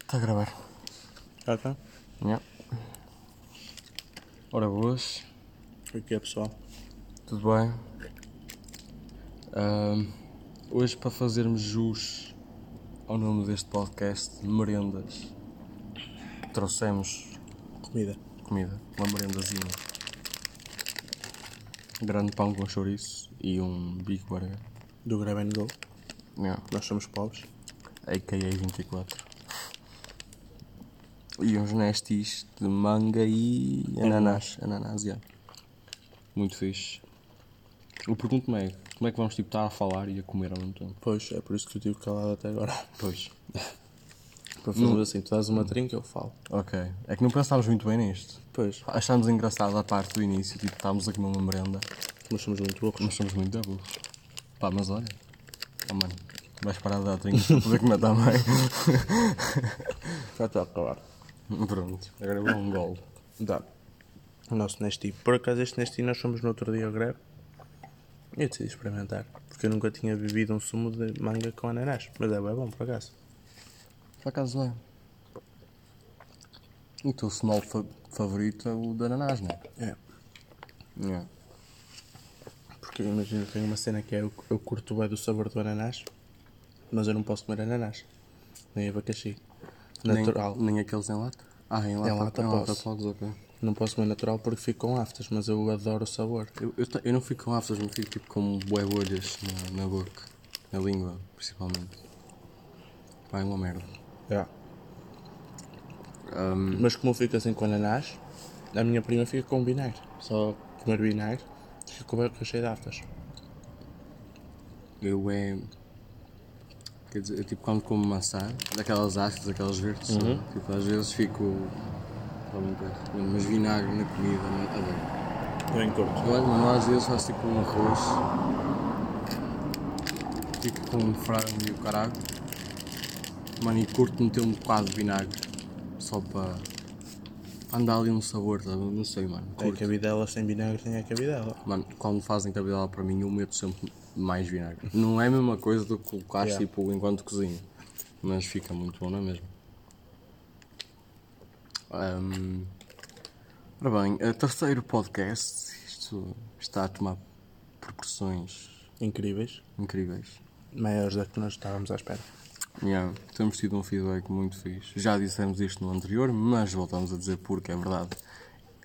Está a gravar. Já tá? Yeah. Ora boas, O que é, pessoal? tudo bem? Ahm, hoje para fazermos jus ao nome deste podcast, merendas, trouxemos Comida. comida, uma merendazinha. Grande pão com chouriço e um Big Burger. Do Grab and Go. Yeah. Nós somos pobres. AKA 24. E uns nestis de manga e ananás. Ananás, yeah. Muito fixe. Eu pergunto-me é, como é que vamos tipo, estar a falar e a comer ao mesmo tempo? Pois, é por isso que eu estive calado até agora. Pois. Para fazer assim, tu dás uma trinca, eu falo. Ok. É que não pensámos muito bem nisto. Pois, Achámos engraçado a parte do início, tipo, estávamos a comer uma merenda. nós somos muito burros. Nós somos muito burros. Pá, mas olha. Oh, mano. Vais parar de dar trincos para poder comer também. Já está a acabar. Pronto. Agora vou dar um gol. Dá. O nosso Nesti. Por acaso, este Nesti nós fomos no outro dia ao Grab. E eu decidi experimentar. Porque eu nunca tinha bebido um sumo de manga com ananás. Mas é bem bom, por acaso. Por acaso não é? O teu small fa- favorito é o de ananás, não é? É. Yeah. Porque eu imagino que tem uma cena que é eu, eu curto bem do sabor do ananás. Mas eu não posso comer ananás. Nem abacaxi. Natural. Nem, nem aqueles em lata? Ah, em lata, lata em lata posso. podes, ok. Não posso comer natural porque fico com aftas, mas eu adoro o sabor. Eu, eu, te- eu não fico com aftas, mas fico tipo com bué bolhas na, na boca, na língua, principalmente. Pá, é uma merda. Mas como eu fico assim com ananás, a minha prima fica com vinagre. Só comer vinagre, fica com o boca cheia de aftas. Eu é. Quer dizer, eu tipo quando como maçã, daquelas aspas, aquelas verdes, sabe? tipo às vezes fico. Sabe, mas vinagre na comida, não- é? adoro. Bem curto. Olha, mano, às vezes faço tipo um arroz, tipo com frango e o caralho. Mano, e curto meter um bocado de vinagre, só para andar ali um sabor, tá? bom? não sei, mano. Tem Curto. a cabidela sem vinagre, tem a cabidela. Mano, quando fazem cabidela para mim, eu meto sempre mais vinagre. Não é a mesma coisa do que colocar Yeah. tipo enquanto cozinho, mas fica muito bom, não é mesmo? Ahm, ora bem, a terceiro podcast, isto está a tomar proporções Incríveis. incríveis. Maiores da que nós estávamos à espera. Yeah, temos tido um feedback muito fixe. Já dissemos isto no anterior, mas voltamos a dizer porque é verdade.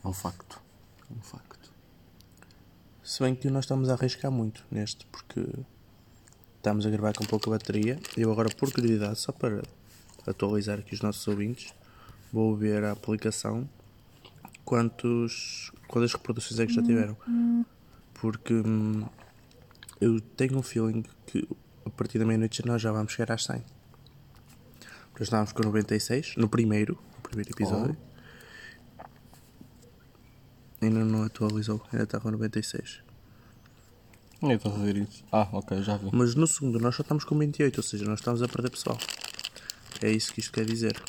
É um facto. É um facto. Se bem que nós estamos a arriscar muito neste, porque estamos a gravar com pouca bateria. Eu agora, por curiosidade, só para atualizar aqui os nossos ouvintes, vou ver a aplicação quantos, quantas reproduções é que já tiveram. Porque hum, eu tenho um feeling que a partir da meia-noite nós já vamos chegar às 100. Nós estávamos com 96 no primeiro, no primeiro episódio. Ainda não atualizou, ainda está com 96. Nem estou a fazer isso. Ah, ok, já vi. Mas no segundo nós só estamos com 28, ou seja, nós estamos a perder pessoal. É isso que isto quer dizer.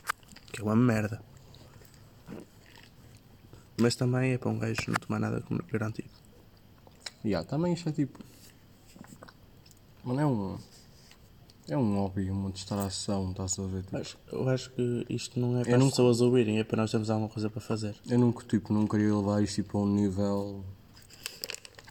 Que é uma merda. Mas também é para um gajo não tomar nada como garantido. Yeah, também isto é tipo. Mano, é um. É um hobby, uma distração, estás a ver? Tipo, Mas eu acho que isto não é para Eu as não- pessoas ouvirem, é para nós termos alguma coisa para fazer. Eu nunca, tipo, não queria levar isto tipo, a um nível.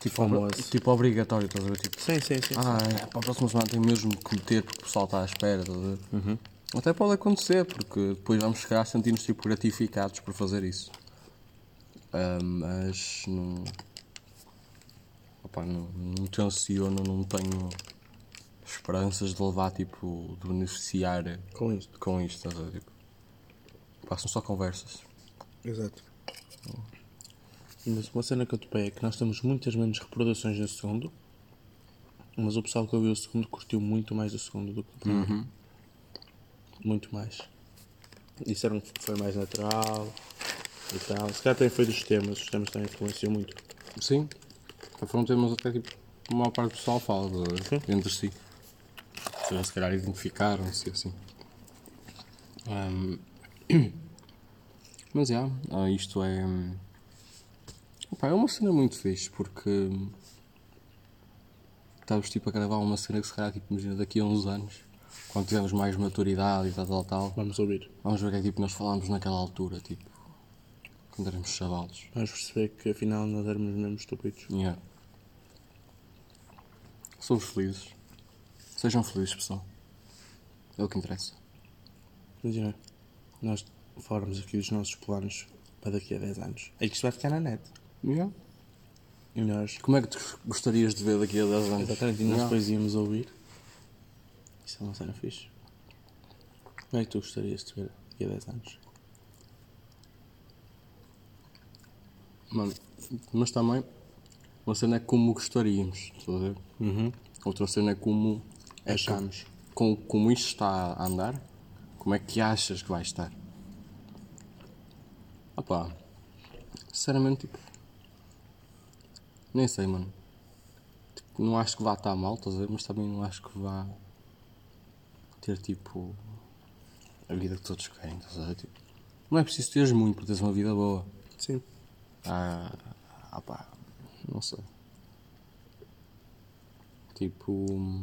Tipo, obri- Famoso. tipo obrigatório, estás a ver? Tipo, Sim, sim, sim. ah, é, para a próxima semana tem mesmo que meter porque o pessoal está à espera, estás a ver? Até pode acontecer, porque depois vamos chegar a sentir-nos tipo, gratificados por fazer isso. Ah, mas não. Opa, não, não tenciono, não tenho esperanças de levar, tipo, de beneficiar Com isto. com isto, estás a ver? Tipo, passam só conversas. Exato. Mas uma cena que eu topei é que nós temos muitas menos reproduções no segundo, mas o pessoal que ouviu o segundo curtiu muito mais do segundo do que do primeiro. Muito mais. Disseram que foi mais natural e tal. Se calhar também foi dos temas, os temas também influenciam muito. Sim. Foram temas até tipo. A maior parte do pessoal fala de- Sim. entre si. Ou seja, se calhar identificaram-se e assim. Ahm, mas já, ah, isto é. hum, opá, é uma cena muito fixe porque. hum, Estamos tipo a gravar uma cena que se calhar tipo, imagina daqui a uns anos. quando tivermos mais maturidade e tal, tal, tal, Vamos ouvir. vamos ver o que é que tipo, nós falámos naquela altura, tipo, quando éramos chavalos. Vamos perceber que afinal nós éramos mesmo estúpidos. Yeah. Somos felizes. Sejam felizes, pessoal. É o que interessa. Imagina, nós falarmos aqui dos nossos planos para daqui a 10 anos. É que isto vai ficar na net. Yeah. E nós, Como é que tu gostarias de ver daqui a 10 anos? exatamente, e nós Yeah. depois íamos ouvir. Isso é uma cena fixe. Como é que tu gostarias de ver daqui a 10 anos? Mano, mas também, uma cena é como gostaríamos, estás a ver? Outra cena é como é Achamos. que- com, como isto está a andar, como é que achas que vai estar? Opá, sinceramente, tipo, nem sei, mano. Tipo, não acho que vá estar mal, estás a ver? Mas também não acho que vá ter, tipo, a vida que todos querem, estás a ver? Tipo, não é preciso teres muito para teres uma vida boa. Sim. Ah, ah pá, não sei. Tipo. hum,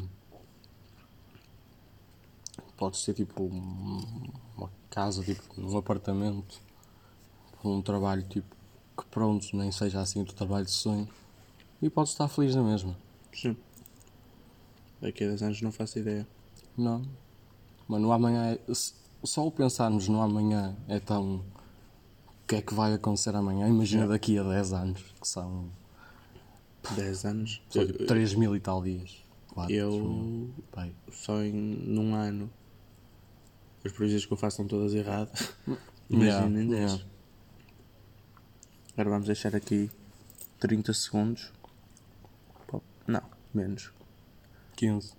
Pode ser tipo um- uma casa, tipo um apartamento, um trabalho tipo que pronto, nem seja assim o teu trabalho de sonho. E podes estar feliz na mesma. Sim. Daqui a 10 anos não faço ideia. Não. Mas no amanhã é. se- Só o pensarmos no amanhã é tão. O que é que vai acontecer amanhã? Imagina daqui a 10 anos, que são 10 anos. Só tipo 3 mil e tal dias. 4 Eu Pai. só em num ano as previsões que eu faço estão todas erradas. Yeah, Imaginem yeah. isso. Agora vamos deixar aqui 30 segundos. Pá, Não, menos. 15.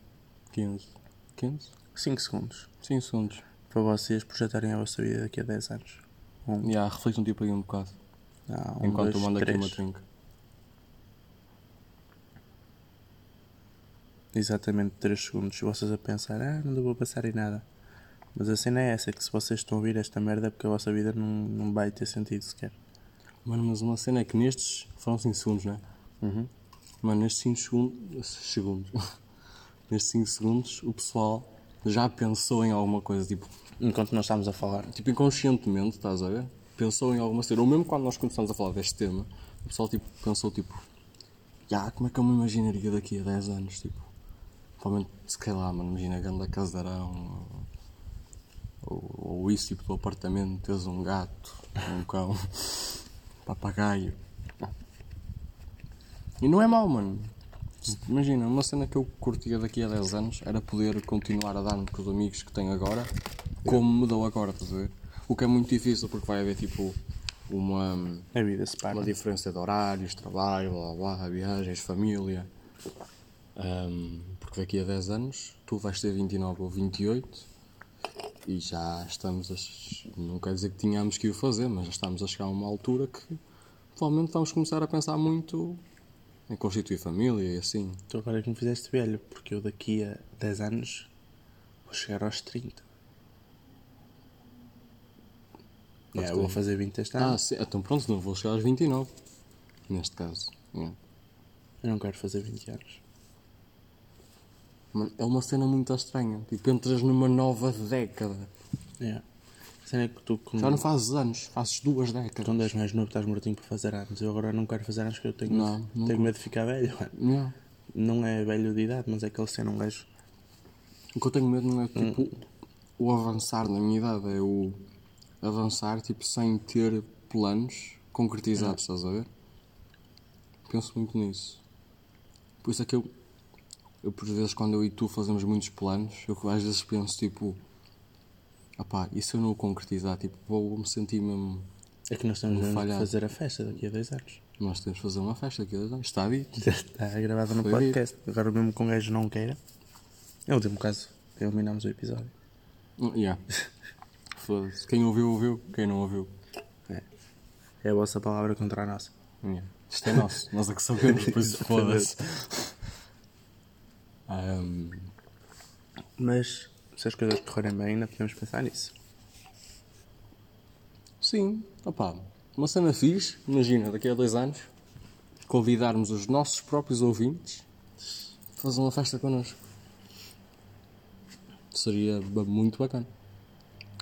15. 15? 5 segundos. 5 segundos. Para vocês projetarem a vossa vida daqui a 10 anos. Um, Yeah, reflete um tipo aí um bocado. ah, um enquanto eu dois, mando três. aqui é uma trinca. Exatamente 3 segundos. Vocês a pensar, ah, não vou passar em nada. Mas a cena é essa, que se vocês estão a ouvir esta merda é porque a vossa vida não, não vai ter sentido sequer. Mano, mas uma cena é que nestes. Foram 5 segundos, não é? Uhum. Mano, nestes 5 segundos. Segundos. nestes 5 segundos, o pessoal já pensou em alguma coisa. Tipo, Enquanto nós estamos a falar. tipo inconscientemente, estás a ver? Pensou em alguma cena. Ou mesmo quando nós começamos a falar deste tema, o pessoal tipo, pensou tipo, já, como é que eu me imaginaria daqui a 10 anos? Tipo, provavelmente, se calhar, mano, imagina grande casarão, ou, ou isso, tipo, do apartamento, teres um gato, um cão, papagaio. E não é mau, mano. Se- Imagina, uma cena que eu curtia daqui a 10 anos era poder continuar a dar-me com os amigos que tenho agora, como me dou agora, estás a ver? O que é muito difícil porque vai haver tipo uma, A vida se para. uma diferença de horários, trabalho, blá blá, blá viagens, família. Ahm, porque daqui a 10 anos tu vais ter 29 ou 28 e já estamos a. ch- Não quer dizer que tínhamos que o fazer, mas já estamos a chegar a uma altura que provavelmente vamos começar a pensar muito em constituir família e assim. Tu agora é que me fizeste velho, porque eu daqui a 10 anos vou chegar aos 30. É, eu vou fazer 20 este ano. Ah, sim, então pronto, não vou chegar aos 29 neste caso. É. Yeah. Eu não quero fazer 20 anos. Mano, É uma cena muito estranha. Tipo, entras numa nova década. É. A cena é que tu, como, Já não fazes anos, fazes duas décadas. quando és Então mais novo, estás mortinho para fazer anos. Eu agora não quero fazer anos porque eu tenho, Não, medo- nunca. tenho medo de ficar velho. mano. Yeah. Não é velho de idade, mas é aquele cena, um gajo. O que eu tenho medo não é tipo o avançar na minha idade, é o avançar tipo sem ter planos concretizados, estás a ver? Penso muito nisso. Por isso é que eu, eu por vezes quando eu e tu fazemos muitos planos, eu às vezes penso tipo, opá, e se eu não o concretizar, tipo, vou me sentir mesmo. É que nós estamos mesmo a falhar. fazer a festa daqui a 10 anos. Nós temos de fazer uma festa aqui, está dito. Está gravado no Foi podcast. Agora mesmo que um gajo não queira. É o último caso. Eliminamos o episódio. Hum, Yeah. Foda-se. Quem ouviu, ouviu. Quem não ouviu. É. É a vossa palavra contra a nossa. Yeah. Isto é nosso, nós é que sabemos, depois foda-se. Ahm, Mas se as coisas correrem bem, ainda podemos pensar nisso. sim, opá, uma cena fixe, imagina, daqui a dois anos, convidarmos os nossos próprios ouvintes a fazer uma festa connosco. seria ba- muito bacana.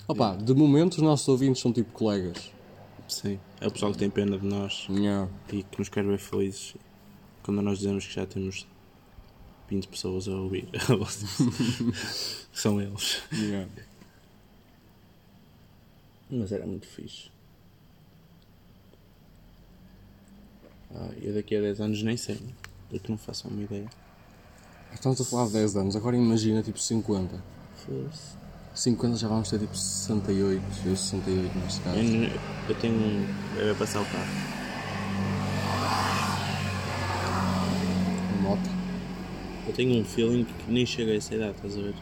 Opa, de momento os nossos ouvintes são tipo colegas. Sim. É o pessoal que tem pena de nós Yeah. e que nos quer ver felizes quando nós dizemos que já temos 20 pessoas a ouvir. São eles. Yeah. Mas era muito fixe. Ah, eu daqui a 10 anos nem sei. Eu que não faço uma ideia. Estamos a falar de 10 anos, agora imagina tipo 50. Foda-se. 50 já vamos ter tipo 68, eu 68 neste caso. Eu, eu tenho um. Eu ia passar o carro. Uma moto. Eu tenho um feeling que nem chega a essa idade, estás a ver?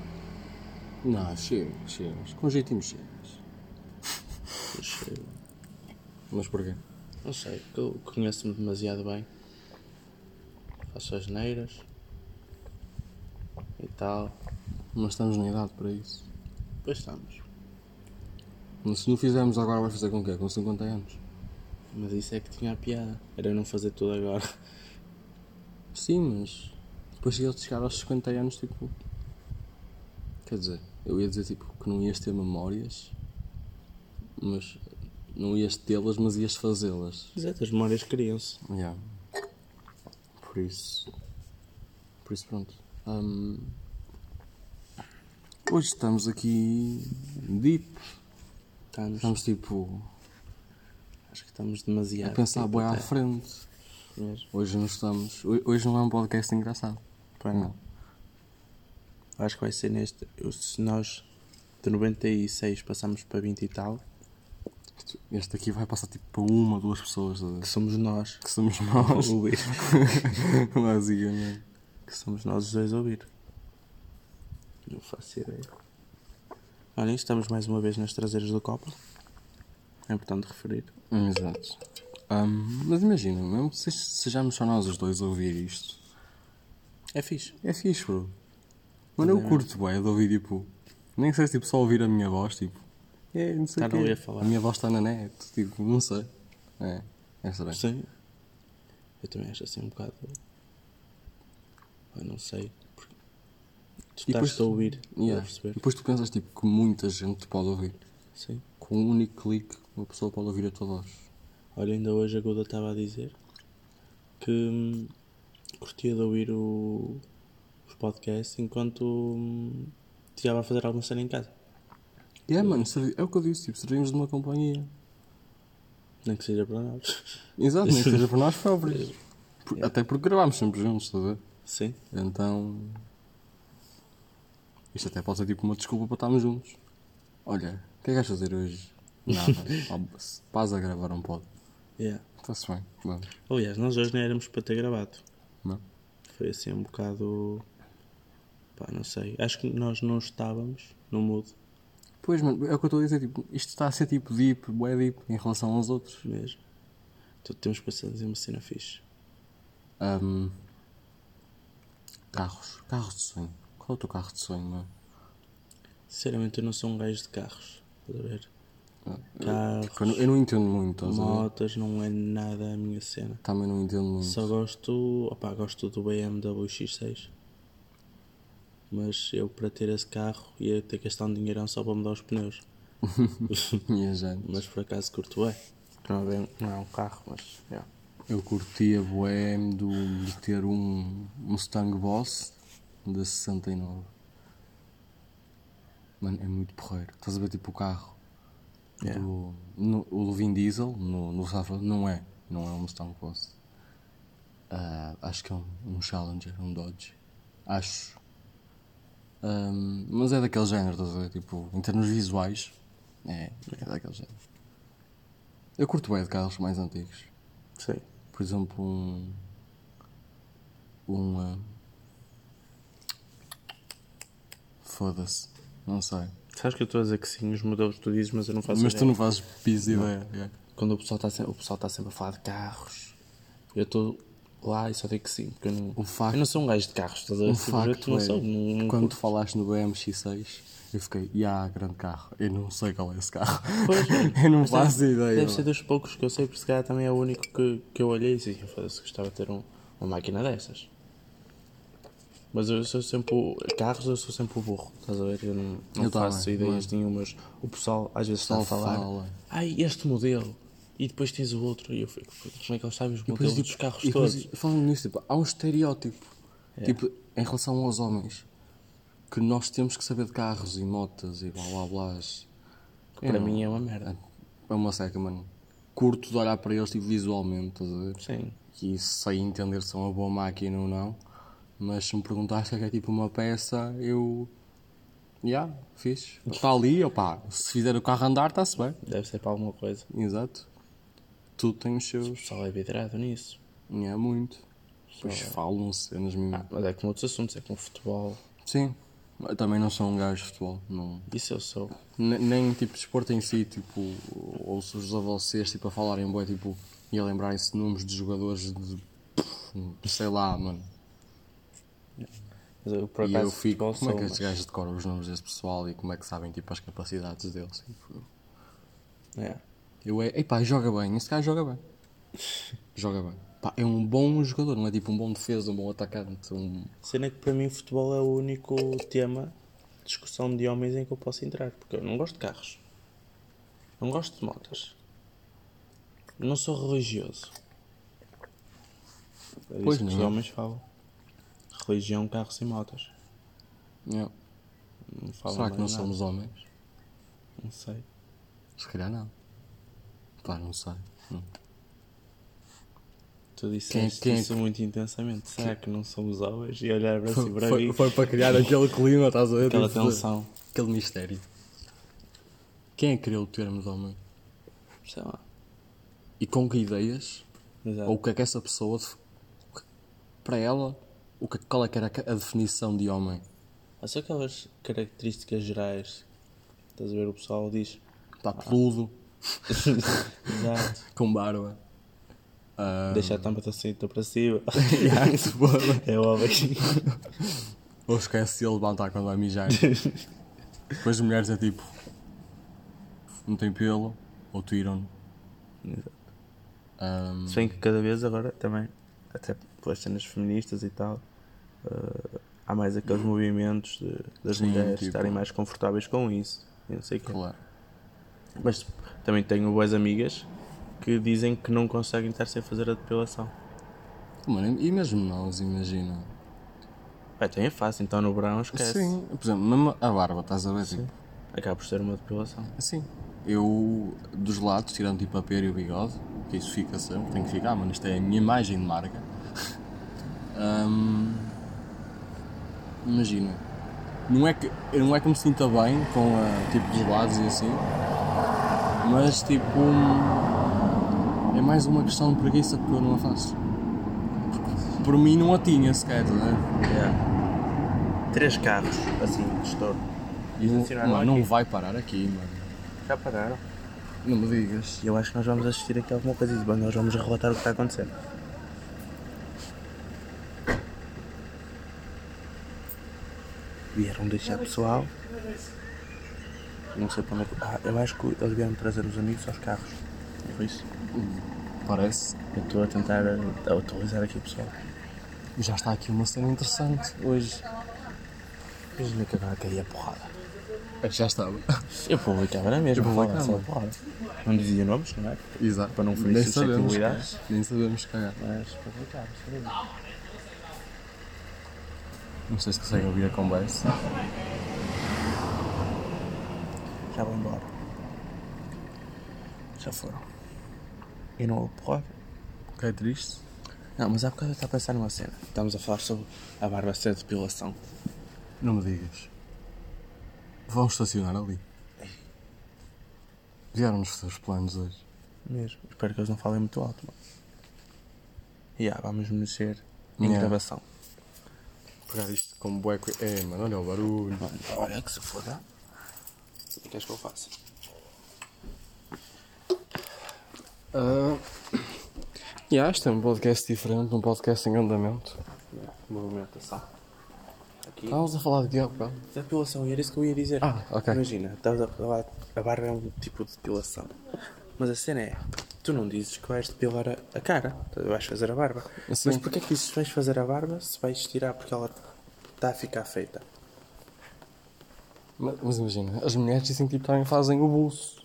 Não, chega, chegas. Com jeitinho chegas. Não chega. Mas porquê? Não sei, que eu conheço-me demasiado bem. Faço as neiras. E tal. Nós estamos na idade para isso. Pois estamos. Mas se não fizermos agora, vai fazer com o quê? Com 50 anos? Mas isso é que tinha a piada. Era não fazer tudo agora. Sim, mas depois de chegar aos 50 anos, tipo. Quer dizer, eu ia dizer tipo que não ias ter memórias, mas não ias tê-las, mas ias fazê-las. Exato, é, as memórias criam-se. Yeah. Por isso. Por isso, pronto. Hum, hoje estamos aqui. deep. Estamos. Estamos tipo. Acho que estamos demasiado. a pensar bem à até, frente. mesmo. Hoje não estamos. ho- Hoje não é um podcast engraçado. Pois não. Acho que vai ser neste. eu- Se nós de 96 passamos para 20 e tal, Isto- Este aqui vai passar tipo para uma, duas pessoas. estás a ver? que somos nós. que somos nós, Ouvir. basicamente. que somos nós os dois a ouvir. Não faço ideia. Olhem, estamos mais uma vez nas traseiras do copo. É importante referir. Exato. Ahm, mas imagina, mesmo que se- sejamos só nós os dois a ouvir isto, É fixe. é fixe, bro. Mano, eu curto bem de ouvir, tipo, nem sei se tipo, só ouvir a minha voz, tipo, é, não sei Tá, o quê. não ia falar. a minha voz está na net, tipo, não sei. É, é estranho. Sim. Eu também acho assim um bocado. Eu não sei. porque Tu E depois- estás a ouvir. Yeah. Estás a perceber? Depois tu pensas, tipo, que muita gente te pode ouvir. Sim. Com um único clique, uma pessoa pode ouvir a tua voz. Olha, ainda hoje a Guda estava a dizer que hum, curtia de ouvir o, os podcasts enquanto hum, estava a fazer alguma cena em casa. E é, mano, servi- é o que eu disse, tipo, servimos de uma companhia. Nem que seja para nós. Exato, nem que seja por nós próprios. Por- Até porque gravámos sempre juntos, estás a ver? Sim. Então. Isto até pode ser tipo uma desculpa para estarmos juntos. Olha, o que é que vais fazer hoje? Nada. Ó, se Pás a gravar um pod. Yeah. Está-se bem, vamos. Aliás, nós hoje nem éramos para ter gravado. Não? Foi assim um bocado. pá, não sei. Acho que nós não estávamos no mood Pois, mano, é o que eu estou a dizer, tipo, isto está a ser tipo deep, bué deep, em relação aos outros. mesmo. Então temos passado a dizer uma cena fixe. Ahm, carros, carros de sonho. Qual é o teu carro de sonho, mano? Sinceramente, eu não sou um gajo de carros. Estás a ver? É Eu não, Carros, eu não entendo muito, estás a ver? motas, não é nada a minha cena. Também não entendo muito. Só gosto, opá, gosto do BMW X6. Mas eu para ter esse carro ia ter que gastar um dinheirão só para mudar os pneus. Minha gente. Mas por acaso curto bem. Não é, bem- não é um carro, mas yeah. Eu curtia bué do- de ter um Mustang Boss da 69. Mano, é muito porreiro. Estás a ver tipo o carro Yeah. do no, o do Vin Diesel no, no Safra não é, não é um Mustang Boss. Ah, acho que é um, um Challenger, um Dodge. Acho. Ahm, mas é daquele género, estás a ver? Tipo, em termos visuais, é, é daquele género. Eu curto bem de carros mais antigos Sei. por exemplo, um. Um. ah, Foda-se. Não sei. Sabes que eu estou a dizer que sim, os modelos tu dizes, mas eu não faço Mas tu ideia. não fazes pis ideia. é. Quando o pessoal está sempre, o pessoal está sempre a falar de carros, eu estou lá e só digo que sim, porque eu não, Um facto- eu não sou um gajo de carros, estás a ver? Um Tipo, eu facto não é, sou, não- não quando curto. tu falaste no BMX6, eu fiquei, e yeah, grande carro. Eu não sei qual é esse carro. Pois, é. eu não mas faço deve- ideia. Deve ser mano. dos poucos que eu sei, porque se calhar também é o único que, que eu olhei e disse, foda-se, gostava de ter um, uma máquina dessas. Mas eu sou sempre o. Carros eu sou sempre o burro, estás a ver? Eu não, não Eu faço também, ideias nenhumas. O pessoal às vezes está a falar. fala. Ai, este modelo. E depois tens o outro. E eu fico, "Puta, como é que eles sabem os Depois, modelos tipo, dos carros e depois, todos? É. Falando nisso, tipo, há um estereótipo tipo, em relação aos homens que nós temos que saber de carros e motas e blá blá blá. Que para mim é uma merda. É uma seca, mano. Curto de olhar para eles tipo, visualmente, estás a ver? Sim. E sem entender se é uma boa máquina ou não. Mas se me perguntaste o que é tipo uma peça, eu. Já, fiz. Está ali, opá. Se fizer o carro andar, está-se bem. Deve ser para alguma coisa. Exato. Tudo tem os O seus. pessoal é vidrado nisso. Não é muito. Pois falam cenas mesmo. Mas é com outros assuntos, é com futebol. Sim. Eu também não sou um gajo de futebol. Não. Isso eu sou. Ne- Nem tipo desporto em si, tipo, ouço-vos a vocês tipo, a falarem boi tipo, e a lembrarem-se de nomes de jogadores de. sei lá, mano. Mas eu, por E acaso, eu fico. futebol Como é sou, que mas- estes gajos decoram os nomes desse pessoal e como é que sabem tipo, as capacidades deles? Tipo, É. Eu é. Epá, joga bem. Esse gajo joga bem. Joga bem. Pá, é um bom jogador, não é tipo um bom defesa, um bom atacante. Um... Sendo que para mim futebol é o único tema de discussão de homens em que eu posso entrar, porque eu não gosto de carros, não gosto de motas, não sou religioso. É Pois pois que os não. homens falam. Religião, é carros e motas. Yeah. Não falam é? Será que mais não nada. somos homens? Não sei. Se calhar não. Pá, não sei. Assim, Não. Tu Quem- é disseste quem- isso muito intensamente. Será que não somos homens? E olhar para si para Foi, mim, foi para criar aquele clima, estás a ver? aquela Tipo, tensão. Aquele mistério. Quem é que criou o termo de homem? Sei lá. E com que ideias? Exato. Ou o que é que essa pessoa. def- o que- Para ela, o que, qual é que era a a definição de homem? Há só aquelas características gerais. Estás a ver o pessoal diz. Está peludo, Exato. com barba. Deixa a tampa da cinta para cima. Yeah, se for. É óbvio. Ou esquece de levantar quando vai mijar. Depois as mulheres é tipo. Não tem pelo, ou tiram-no. Ahm, Se bem que cada vez agora também, até pelas cenas feministas e tal, eh, há mais aqueles movimentos de- das Sim, mulheres tipo- estarem mais confortáveis com isso. e Não sei o quê. claro. Mas também tenho boas amigas que dizem que não conseguem estar sem fazer a depilação. Mano, e mesmo nós, imagina. Bem, tem é fácil, então no verão esquece. Sim, por exemplo, mesmo a barba, estás a ver? Tipo, Acaba por ser uma depilação. assim. Eu, dos lados, tirando tipo a pera e o bigode, que isso fica sempre, tem que ficar, mano, isto é a minha imagem de marca. Ahm, imagina. Não é, que, não é que me sinta bem com a, tipo dos lados e assim, mas tipo. É mais uma questão de preguiça porque eu não a faço. Por- Por mim não é? a tinha sequer, estás a ver? Três carros, assim, de estouro. E não- Estacionaram mano, aqui. não vai parar aqui, mano. Já pararam? Não me digas. E eu acho que nós vamos assistir aqui alguma coisa e bem, nós vamos relatar o que está acontecendo. Vieram deixar pessoal. Não sei para onde é que. Ah, eu acho que eles vieram trazer os amigos aos carros. Foi isso. Parece. Eu estou a tentar eh, atualizar aqui o pessoal. Já está aqui uma cena interessante hoje. Imagina que agora caía a porrada. É Já estava. Eu publicava, não é mesmo? Eu publicava. Fala-se a porrada. Não dizia nomes, não é? Exato. Para não ferir Nem sabemos. suscetibilidades. cara. Nem sabemos é. cagar. Mas publicava, sabia? Não sei se conseguem ouvir a conversa. Já vão embora. Já foram. E não houve porrada. Que é triste. Não, mas há bocado eu estava a pensar numa cena. Estamos a falar sobre a barba ser depilação. Não me digas. Vão estacionar ali. Vieram-nos os teus planos hoje. Mesmo. Espero que eles não falem muito alto, mano. E ah, vamos mexer em Yeah. gravação. Pegar isto como bueco. É, mano, olha o barulho. Mano, olha que se foda. O que queres que eu faça? Ah. Yeah, isto é um podcast diferente, um podcast em andamento. Movimentação. Aqui. Estávamos a falar de que, Belo? Depilação, era isso que eu ia dizer. Ah, ok. Imagina, estás a falar, a barba é um tipo de depilação. Mas a cena é, tu não dizes que vais depilar a, a cara, tu vais fazer a barba. Sim. Mas porquê é que dizes que vais fazer a barba se vais tirar? Porque ela está a ficar feita. Mas, mas imagina, as mulheres dizem que tipo, também fazem o bolso.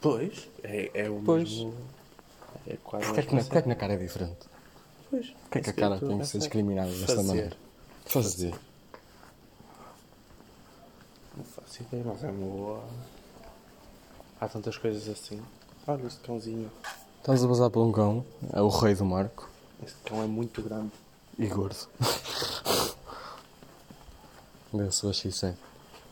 Pois, é, é o Pois. mesmo. É quase Porquê é que na, porquê é que na cara é diferente? Pois. Porquê é que a cara tem que ser discriminada desta Fazer. maneira? Fazer. Não faço ideia, mas é uma boa. Há tantas coisas assim. Olha este cãozinho. Estamos a passar por um cão, é o rei do Marco. Este cão é muito grande. E gordo. Vê se eu achei certo.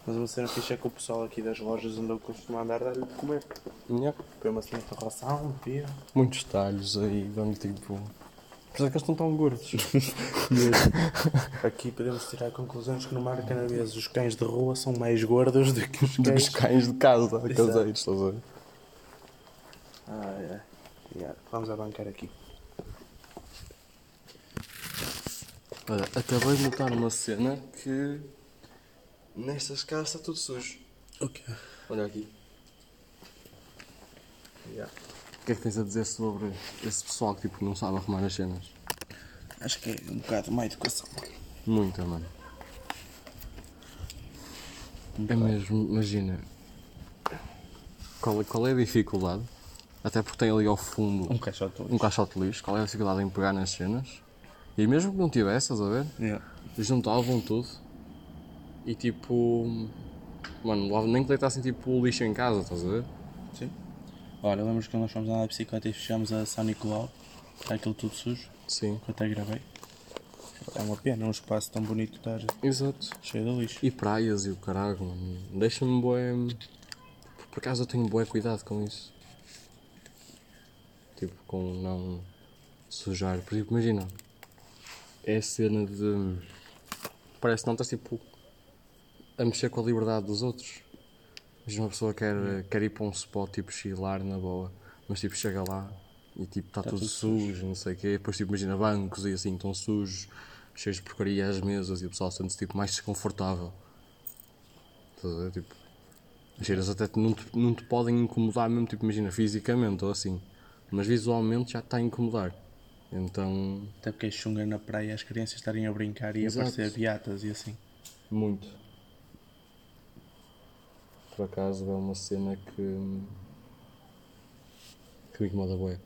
Mas uma cena fixe é que o pessoal aqui das lojas onde eu costumo andar dá-lhe de comer. Põe uma cena de ração, um pia. Muitos talhos aí, dão-lhe tipo. Apesar que eles não tão gordos. Aqui podemos tirar conclusões que no Maracanã os cães de rua são mais gordos do que os Do que os cães. cães de casa, Exato. caseiros, estás a ver? Ah, é. Yeah, Vamos abancar aqui. Olha, acabei de notar uma cena que. Nestas casas está tudo sujo. Ok. Olha aqui. Yeah. O que é que tens a dizer sobre esse pessoal que tipo, não sabe arrumar as cenas? Acho que é um bocado má educação. Muita, mano. É mesmo, imagina. Qual, é- qual é a dificuldade? Até porque tem ali ao fundo Um caixote. um caixote de lixo, qual é a dificuldade em pegar nas cenas? E mesmo que não tivesse, estás a ver? Yeah. Eles juntavam tudo e tipo. Mano, lá nem que deitassem tipo o lixo em casa, estás a ver? Sim. Olha, lembras quando nós fomos andar de bicicleta e fechámos a São Nicolau? Está aquilo tudo sujo, Sim. que eu até gravei. É uma pena, um espaço tão bonito estar Exato. cheio de lixo. E praias e o caralho, mano. Deixa-me boé. Por acaso eu tenho boé cuidado com isso. Tipo, com não sujar. Por exemplo, imagina. É a cena de. Parece que não estás tipo. a mexer com a liberdade dos outros. Imagina uma pessoa quer, quer ir para um spot tipo chilar na boa, mas tipo chega lá e tipo está tudo, tudo sujo, não sei o quê. Depois tipo imagina bancos e assim tão sujos, cheios de porcaria às mesas e o pessoal sente-se tipo mais desconfortável. Estás a ver? Tipo, as cheiras até te- não te, não te podem incomodar mesmo, tipo imagina fisicamente ou assim, mas visualmente já te está a incomodar. Então, Até porque é chunga na praia, as crianças estarem a brincar e a Exato. aparecer beatas e assim. Muito. Por acaso é uma cena que. que me incomoda bué.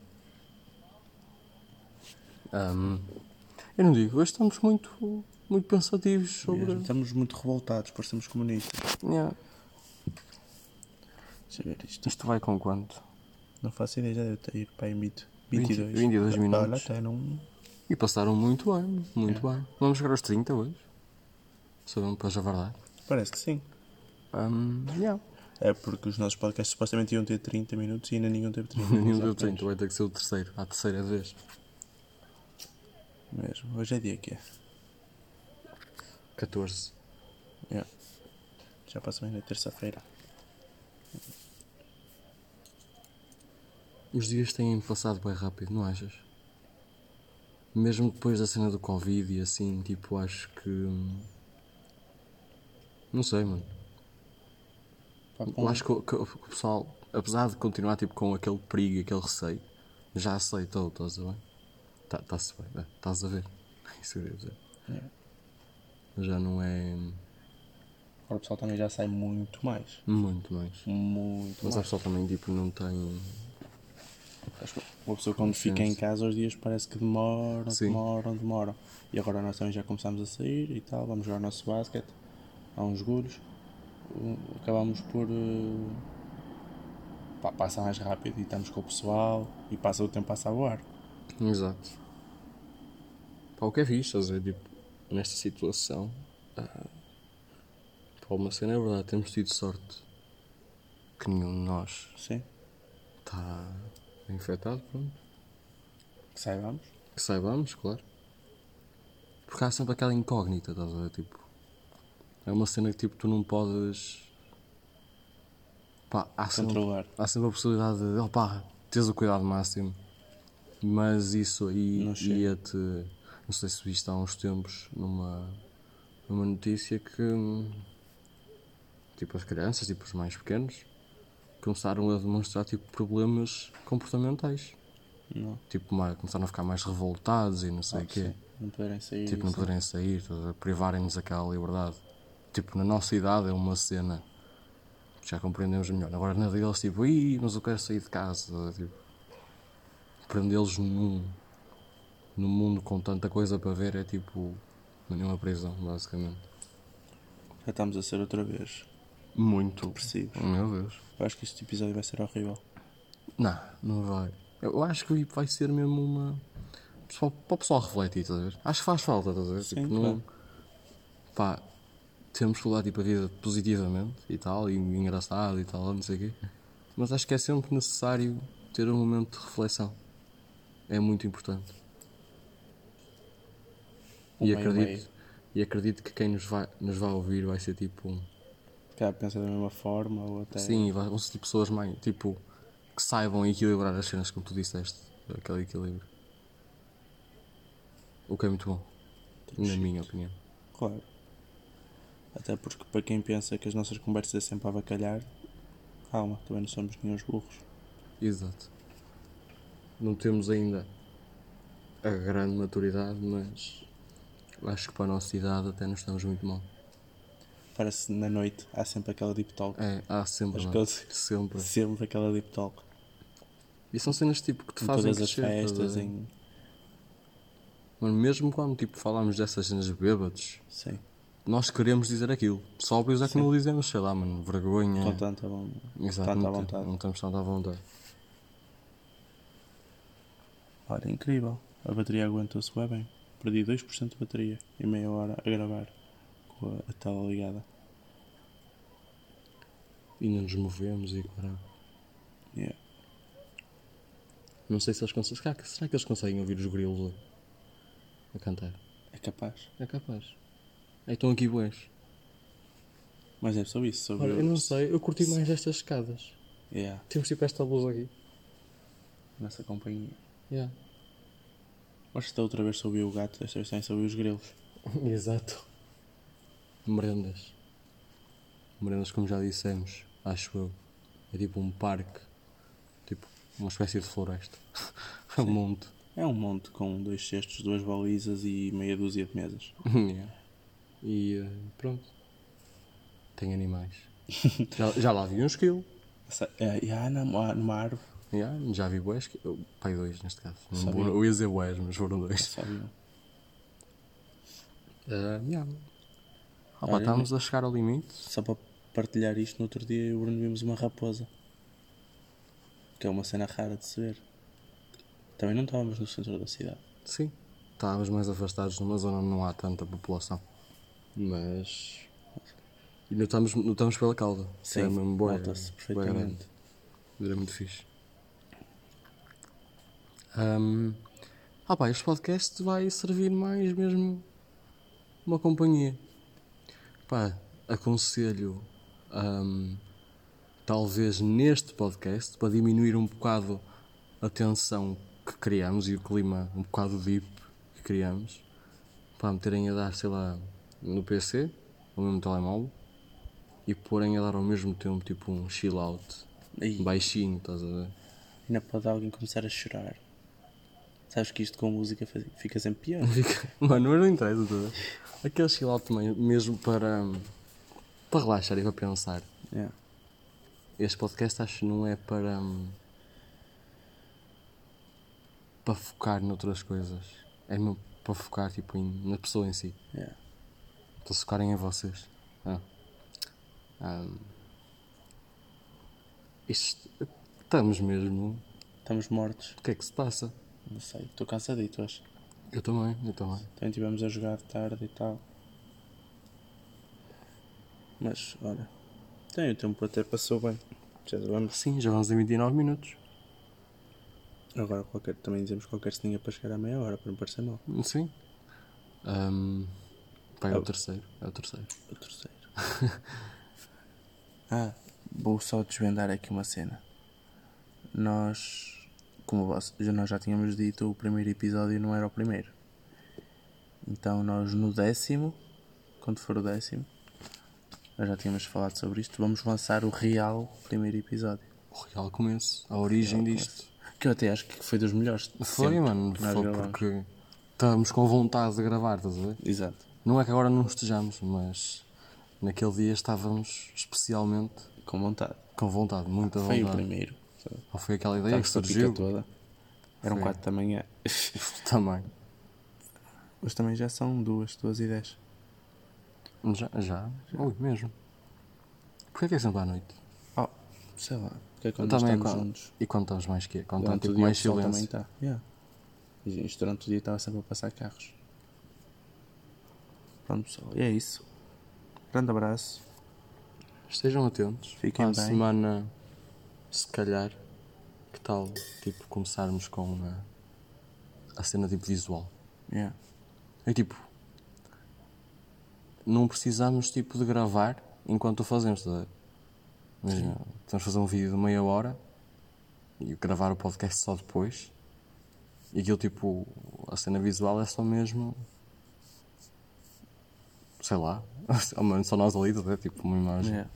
Ahm, eu não digo, hoje estamos muito, muito pensativos sobre. Mesmo. Estamos muito revoltados, parecemos comunistas. Yeah. Deixa eu ver isto. Isto vai com quanto? Não faço ideia, já deve ter ido para aí mito. 22. 22 22. Olha, minutos. até não... E passaram muito bem, muito bem. Vamos chegar aos 30 hoje. Sabemos para já verdade. Parece que sim. Ahm, yeah. É porque os nossos podcasts supostamente iam ter 30 minutos e ainda nenhum teve 30 Nenhum deu Exatamente. 30, vai ter que ser o terceiro, à terceira vez. Mesmo. Hoje é dia que é. 14. Yeah. Já passou ainda terça-feira. Os dias têm passado bem rápido, não achas? Mesmo depois da cena do Covid e assim, tipo, acho que. hum, Não sei, mano. Pá, um- com- Eu acho que, o- que o que o pessoal, apesar de continuar tipo, com aquele perigo e aquele receio, já aceitou, estás a ver? Está-se bem, né? estás a ver? Isso que eu ia dizer. Yeah. Já não é hum, Agora o pessoal também já sai muito mais. muito mais. Muito Mas a pessoa também, tipo, não tem. mais. Acho que Uma pessoa quando fica em casa os dias parece que demoram, Sim. demoram, demoram. E agora nós também já começámos a sair e tal, vamos jogar o nosso basquete, há uns golos. O- Acabamos por. eh, pá, passa mais rápido e estamos com o pessoal e passa o tempo a saboar. Exato. Pá, o que é fixe, estás a ver, tipo, nesta situação, ah, pá, uma cena é verdade, temos tido sorte que nenhum de nós Sim, está infectado, pronto, que saibamos. que saibamos, claro. Porque há sempre aquela incógnita, estás a ver, tipo, é uma cena que, tipo, tu não podes, pá, há sempre, Controlar. há sempre a possibilidade de, oh, pá, teres o cuidado máximo, mas isso aí Não chega. ia-te, não sei se viste há uns tempos numa, numa notícia que, hum, tipo, as crianças, tipo, os mais pequenos, começaram a demonstrar, tipo, problemas comportamentais, Não. tipo, ma- começaram a ficar mais revoltados e não sei o quê. Ah, sim. não poderem sair. Tipo, não assim. poderem sair, estás a ver? privarem-nos daquela liberdade. Tipo, na nossa idade é uma cena que já compreendemos melhor. Agora na deles, tipo, ih, mas eu quero sair de casa. estás a ver? Tipo, prendê-los num, num mundo com tanta coisa para ver é tipo nenhuma prisão, basicamente. Já estamos a ser outra vez Muito. depressivos. Meu Deus. Eu acho que este episódio vai ser horrível. Não, não vai. Eu acho que vai ser mesmo uma. Só para o pessoal refletir, estás a ver? Acho que faz falta, estás a ver? Tipo, Sim, não. Pá, temos que levar tipo, a vida positivamente e tal, e engraçado e tal, não sei o quê. Mas acho que é sempre necessário ter um momento de reflexão. É muito importante. e, Um meio acredito, meio. e acredito que quem nos vai, nos vai ouvir vai ser tipo. um- Cá pensa da mesma forma ou até. Sim, e vão vão ser tipo, pessoas mais, tipo, que saibam equilibrar as cenas como tu disseste, aquele equilíbrio. O que é muito bom, na minha opinião. Claro. Até porque para quem pensa que as nossas conversas é sempre a bacalhar, calma, também não somos nenhum burros. Exato. Não temos ainda a grande maturidade, mas acho que para a nossa idade até não estamos muito mal. Parece que na noite há sempre aquela deep talk. É, há sempre, As mano, coisas- sempre. Sempre aquela deep talk. E são cenas tipo que te Em fazem todas as crescer. festas, estás a ver? em. Mano, mesmo quando tipo, falamos dessas cenas bêbados, Sim, nós queremos dizer aquilo. Sóbrios é que não dizemos, sei lá, mano, vergonha. com tanta é bom. Exato, tanta não, te- vontade. não estamos tanto à vontade. Ora, incrível. A bateria aguentou-se bem bem. Perdi 2% de bateria e meia hora a gravar com a, a tela ligada. Ainda nos movemos e caralho. Yeah. Não sei se eles conseguem. Será, que- será que eles conseguem ouvir os grilos a, a cantar? É capaz. É capaz. Aí estão aqui boés. Mas é só isso, sobre. Olha, eu não sei, eu curti mais estas escadas. Yeah, Temos tipo esta luz aqui. nossa companhia. Yeah. Acho que da outra vez soube o gato, desta vez também soube os grelos. Exato. Merendas. Merendas, como já dissemos, acho eu. É tipo um parque. Tipo, uma espécie de floresta. um monte. É um monte com dois cestos, duas balizas e meia dúzia de mesas. Yeah. E eh, pronto. Tem animais. já, já lá vi um esquilo. Essa- É, e há numa, numa árvore, Yeah, já vi boés. que- oh, Pai, dois neste caso. Não Só vou- vi um. eu ia dizer boés, mas foram dois. sabe? Ah, yeah. Ah, pá, Olha, estávamos a chegar ao limite. Só para partilhar isto, no outro dia eu e o Bruno vimos uma raposa. Que é uma cena rara de se ver. Também não estávamos no centro da cidade. Sim. Estávamos mais afastados numa zona onde não há tanta população. Mas. E notamos, notamos pela cauda. que era mesmo bué- nota-se bué grande. perfeitamente. Era muito fixe. Ahm, ah pá, este podcast vai servir mais mesmo uma companhia. Pá, aconselho, ahm, talvez neste podcast, para diminuir um bocado a tensão que criamos e o clima um bocado deep que criamos, para meterem a dar, sei lá, no PC, ou mesmo no telemóvel, e porem a dar ao mesmo tempo tipo um chill out E baixinho, estás a ver? ainda pode alguém começar a chorar. Sabes que isto com música faz- fica sempre pior. Fica- Mano, mas não interessa, estás a ver? Aquele chill out também, mesmo para, hum, para relaxar e para pensar. Yeah. Este podcast acho que não é para. hum, para focar noutras coisas. É mesmo para focar tipo, em- na pessoa em si. Yeah. Para se focarem em vocês. Ah. Ahm. Isto- estamos mesmo. Estamos mortos. O que é que se passa? Não sei, estou cansadito, acho. Eu também, eu também. Também estivemos a jogar de tarde e tal. Mas, olha, tem o tempo até passou bem. Já vamos. Sim, já vamos em 29 minutos. Agora qualquer, também dizemos qualquer sininha para chegar à meia hora, para não parecer mal. Sim. Ahm, pá, é Ah. o terceiro. É o terceiro. O terceiro. ah, vou só desvendar aqui uma cena. Nós, como vos- já- nós já tínhamos dito, o primeiro episódio não era o primeiro. Então nós no décimo, quando for o décimo, nós já tínhamos falado sobre isto, vamos lançar o real primeiro episódio. O real começo. A origem disto. Que eu até acho que foi dos melhores. de Foi, sempre mano. que nós Foi gravámos. porque estávamos com vontade de gravar, estás a ver? Exato. Não é que agora não estejamos, mas naquele dia estávamos especialmente Com vontade. com vontade, muita Foi o vontade. primeiro. sabe? Ou foi aquela ideia que Estávamos com a É pica surgiu toda. Eram Foi. quatro da manhã. também. Mas também já são duas, duas e dez. Já, já. Ui, mesmo. Porquê que é sempre à noite? Oh, sei lá. Porque é quando nós Também é estamos quando- juntos. Tá, E quando estamos mais que Quando está Durante o tipo dia mais o pessoal também silêncio. está. Yeah. E isto durante o dia estava sempre a passar carros. Pronto pessoal, e é isso. Grande abraço. Estejam atentos. Fiquem Para a bem. semana, se calhar, que tal, tipo, começarmos com uma- a cena, tipo, visual. Yeah. É tipo, não precisamos, tipo, de gravar enquanto o fazemos, estás a ver? Imagina, vamos fazer um vídeo de meia hora e gravar o podcast só depois. E aquilo, tipo, a cena visual é só mesmo... Sei lá, ao menos só nós ali, estás a ver? tipo uma imagem. Yeah.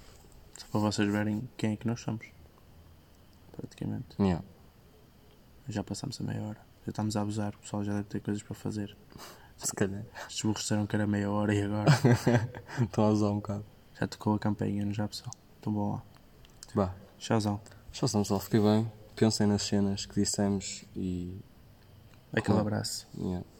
Só para vocês verem quem é que nós somos. Praticamente. Yeah. Já passamos a meia hora. Já estamos a abusar, o pessoal já deve ter coisas para fazer. Se calhar. Estes burros disseram que era meia hora e agora. Estão a usar um bocado. já tocou a campainha, não já pessoal? Então bom lá. Bah, Tchauzão. já estamos lá, fiquei bem. Pensem nas cenas que dissemos e. Aquele Claro. abraço. yeah.